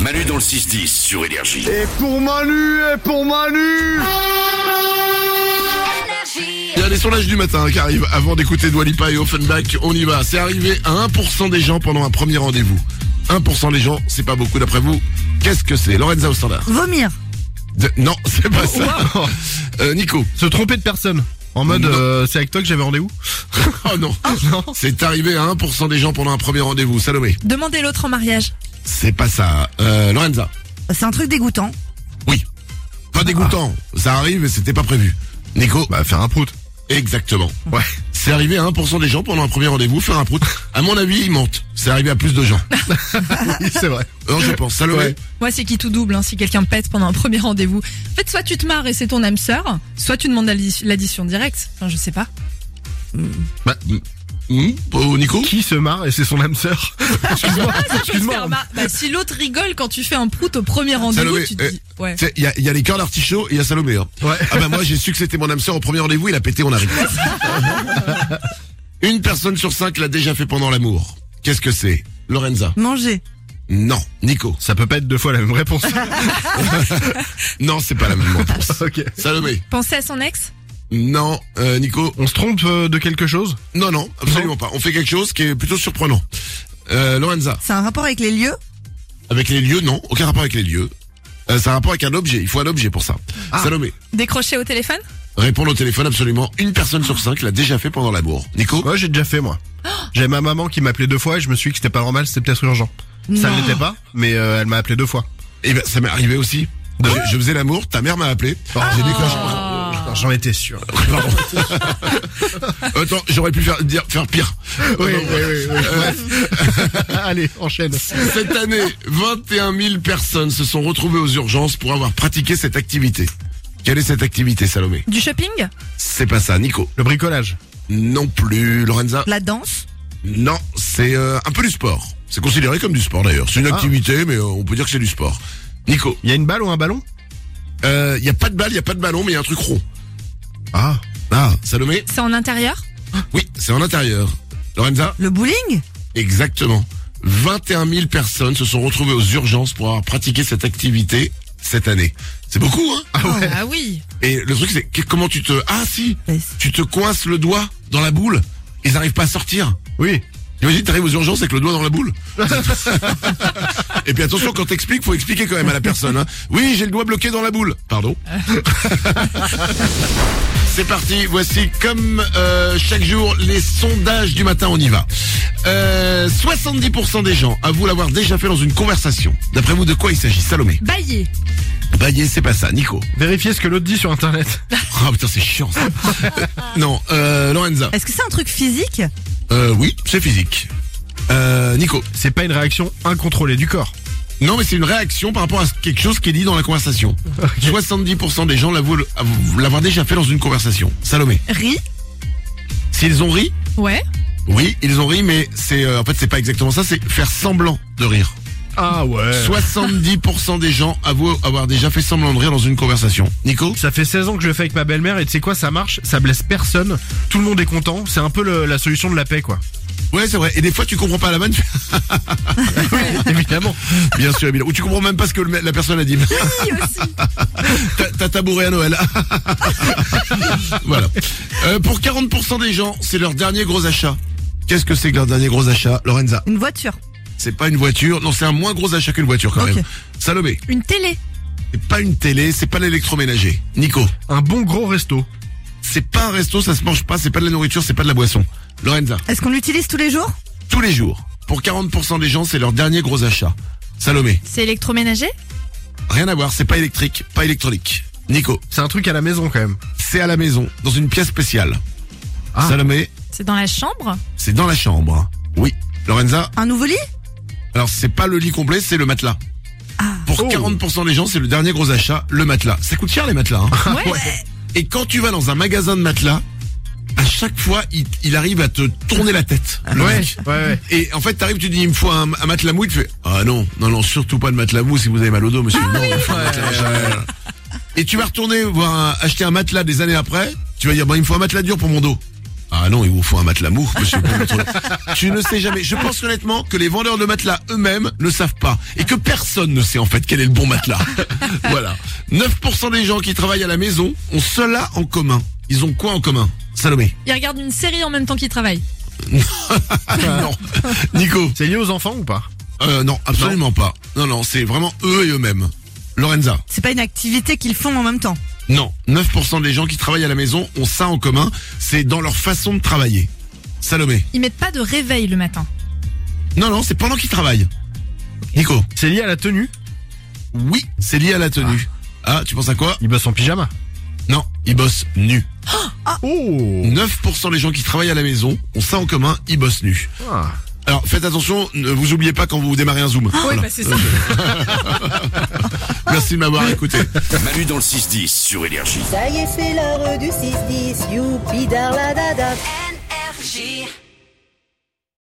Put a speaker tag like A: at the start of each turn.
A: Manu dans le 6-10 sur Énergie.
B: Et pour Manu, et pour Manu
A: Il y a les sondages du matin qui arrivent. Avant d'écouter Dwalipa et Offenbach, on y va. C'est arrivé à 1% des gens pendant un premier rendez-vous. 1% des gens, c'est pas beaucoup d'après vous. Qu'est-ce que c'est Lorenza au standard.
C: Vomir.
A: De- Non, c'est pas ça. Euh, Nico.
D: Se tromper de personne. En mode,
A: Non.
D: euh, c'est avec toi que j'avais rendez-vous
A: Oh non.
D: Non.
A: C'est arrivé à 1% des gens pendant un premier rendez-vous. Salomé.
C: Demander l'autre en mariage.
A: C'est pas ça. Euh, Lorenza.
C: C'est un truc dégoûtant.
A: Oui. Pas dégoûtant. Ça arrive et c'était pas prévu. Nico.
D: Bah, faire un prout.
A: Exactement.
D: Ouais.
A: C'est arrivé à 1% des gens pendant un premier rendez-vous faire un prout. À mon avis, ils mentent. C'est arrivé à plus de gens.
D: Oui, c'est vrai.
A: Non, je pense. Salomé.
D: Ouais.
E: Moi, c'est qui tout double hein, si quelqu'un pète pendant un premier rendez-vous. En fait, soit tu te marres et c'est ton âme sœur, soit tu demandes l'addi- l'addition directe. Enfin, je sais pas.
A: Bah, mm, mm, oh, Nico
D: Qui se marre et c'est son âme sœur Excuse-moi.
E: Parce que,
D: Excuse-moi.
E: bah, bah, si l'autre rigole quand tu fais un prout au premier rendez-vous,
A: Salomé,
E: tu te dis. Ouais.
A: Tu sais, Il y a, il y a les cœurs d'artichaut et il y a Salomé. hein.
D: Ouais.
A: Ah bah moi j'ai su que c'était mon âme sœur au premier rendez-vous, il a pété, on arrive. Une personne sur cinq l'a déjà fait pendant l'amour. Qu'est-ce que c'est Lorenza
C: Manger.
A: Non. Nico
D: Ça peut pas être deux fois la même réponse.
A: Non, c'est pas la même réponse.
D: ok.
A: Salomé
E: Penser à son ex
A: Non. Euh, Nico
D: On se trompe euh, de quelque chose
A: Non, non, absolument pas. On fait quelque chose qui est plutôt surprenant. Euh, Lorenza
C: C'est un rapport avec les lieux.
A: Avec les lieux, non. Aucun rapport avec les lieux. Euh, c'est un rapport avec un objet. Il faut un objet pour ça.
D: Ah.
A: Salomé
E: Décrocher au téléphone
A: Répondre au téléphone, absolument. Une personne sur cinq l'a déjà fait pendant l'amour. Nico
D: Ouais, j'ai déjà fait, moi. J'avais ma maman qui m'appelait deux fois et je me suis dit que c'était pas normal, c'était peut-être urgent. Ça ne l'était pas, mais euh, elle m'a appelé deux fois.
A: Eh ben, ça m'est arrivé aussi. Je, je faisais l'amour, ta mère m'a appelé. J'ai décroché.
D: Oh. Alors, J'en étais sûr.
A: Attends, j'aurais pu faire, dire, faire pire. euh,
D: Oui, oui, oui. oui. Bref. Allez, enchaîne.
A: Cette année, 21 000 personnes se sont retrouvées aux urgences pour avoir pratiqué cette activité. Quelle est cette activité, Salomé
E: Du shopping
A: C'est pas ça, Nico.
D: Le bricolage.
A: Non plus, Lorenza.
C: La danse.
A: Non, c'est euh, un peu du sport. C'est considéré comme du sport d'ailleurs. C'est une
D: Ah.
A: activité, mais euh, on peut dire que c'est du sport. Nico,
D: Il y a une balle ou un ballon
A: il euh, y a pas de balle, il y a pas de ballon, mais il y a un truc rond.
D: Ah.
A: Ah, Salomé
E: C'est en intérieur
A: Oui, c'est en intérieur. Lorenza
C: Le bowling.
A: Exactement. 21 000 personnes se sont retrouvées aux urgences pour avoir pratiqué cette activité cette année. C'est beaucoup, hein
E: Ah oui
A: Et le truc, c'est que- comment tu te... Ah si
C: Yes.
A: Tu te coinces le doigt dans la boule, ils n'arrivent pas à sortir.
D: Oui.
A: Imagine, t'arrives aux urgences avec le doigt dans la boule. Et puis attention, quand t'expliques, faut expliquer quand même à la personne. hein. Oui, j'ai le doigt bloqué dans la boule. Pardon. C'est parti, voici comme euh, chaque jour les sondages du matin, on y va. Euh, 70% des gens avouent l'avoir déjà fait dans une conversation. D'après vous, de quoi il s'agit Salomé
E: Bailler
A: Baillé, Bah, c'est pas ça. Nico
D: Vérifier ce que l'autre dit sur internet.
A: Oh putain, c'est chiant ça. Euh, non, euh, Lorenza
C: Est-ce que c'est un truc physique
A: euh, Oui, c'est physique. Euh, Nico
D: C'est pas une réaction incontrôlée du corps.
A: Non, mais c'est une réaction par rapport à quelque chose qui est dit dans la conversation. 70% des gens l'avouent avouent l'avoir déjà fait dans une conversation. Salomé.
C: Ri.
A: S'ils ont ri,
E: Ouais
A: oui, ils ont ri, mais c'est euh, en fait c'est pas exactement ça, c'est faire semblant de rire.
D: Ah ouais.
A: 70% des gens avouent avoir déjà fait semblant de rire dans une conversation. Nico
D: Ça fait 16 ans que je le fais avec ma belle-mère et tu sais quoi, ça marche, ça blesse personne, tout le monde est content, c'est un peu le- la solution de la paix quoi.
A: Ouais, c'est vrai. Et des fois tu comprends pas la manne,
D: Évidemment.
A: bien sûr, évidemment. ou tu comprends même pas ce que le- la personne a dit. T'as- T'as tabouré à Noël. voilà. Euh, pour 40% des gens, c'est leur dernier gros achat. Qu'est-ce que c'est que leur dernier gros achat, Lorenza
C: Une voiture.
A: C'est pas une voiture. Non, c'est un moins gros achat qu'une voiture quand
C: Ok.
A: même. Salomé,
E: Une télé
A: c'est pas une télé, c'est pas l'électroménager. Nico,
D: Un bon gros resto.
A: c'est pas un resto, ça se mange pas, c'est pas de la nourriture, c'est pas de la boisson. Lorenza,
C: Est-ce qu'on l'utilise tous les jours
A: tous les jours, pour 40% des gens, c'est leur dernier gros achat. Salomé,
E: C'est électroménager
A: rien à voir, c'est pas électrique, pas électronique. Nico,
D: C'est un truc à la maison quand même.
A: c'est à la maison, dans une pièce spéciale.
D: Ah.
A: Salomé,
E: C'est dans la chambre
A: c'est dans la chambre. Oui. Lorenza,
C: Un nouveau lit
A: alors c'est pas le lit complet, c'est le matelas. Pour
D: Oh.
A: 40% des gens, c'est le dernier gros achat, le matelas. Ça coûte cher les matelas. hein.
E: Ouais.
A: Et quand tu vas dans un magasin de matelas, à chaque fois, il, il arrive à te tourner la tête. le mec.
D: ouais, ouais.
A: Et en fait, t'arrives, tu dis, il me faut un, un matelas mou. Il te fait, ah non, non, non, surtout pas de matelas mou si vous avez mal au dos, monsieur. Non, il faut un matelas cher. Et tu vas retourner voir un- acheter un matelas des années après. Tu vas dire, bah, il me faut un matelas dur pour mon dos. Ah non, il vous faut un matelas mou, monsieur. tu ne sais jamais. Je pense honnêtement que les vendeurs de matelas eux-mêmes ne savent pas. Et que personne ne sait en fait quel est le bon matelas. voilà. 9% des gens qui travaillent à la maison ont cela en commun. Ils ont quoi en commun Salomé
E: Ils regardent une série en même temps qu'ils travaillent.
A: Ah, Non. Nico
D: C'est lié aux enfants ou pas
A: euh, Non, absolument pas. Non, non, c'est vraiment eux et eux-mêmes. Lorenza
C: C'est pas une activité qu'ils font en même temps.
A: Non, 9% des gens qui travaillent à la maison ont ça en commun. C'est dans leur façon de travailler. Salomé
E: Ils mettent pas de réveil le matin.
A: Non, non, c'est pendant qu'ils travaillent. Nico
D: C'est lié à la tenue
A: Oui, c'est lié à la tenue. Ah, tu penses à quoi
D: Ils bossent en pyjama.
A: Non, ils bossent nus.
D: Oh
A: 9% des gens qui travaillent à la maison ont ça en commun, ils bossent nus.
D: Ah.
A: Alors faites attention, ne vous oubliez pas quand vous démarrez un zoom. Voilà.
E: bah c'est ça.
A: Merci de m'avoir écouté.
F: Manu dans le 6-10 sur Énergie.
G: Ça y est, c'est l'heure du 6-10, youpi darla dada.
H: NRJ.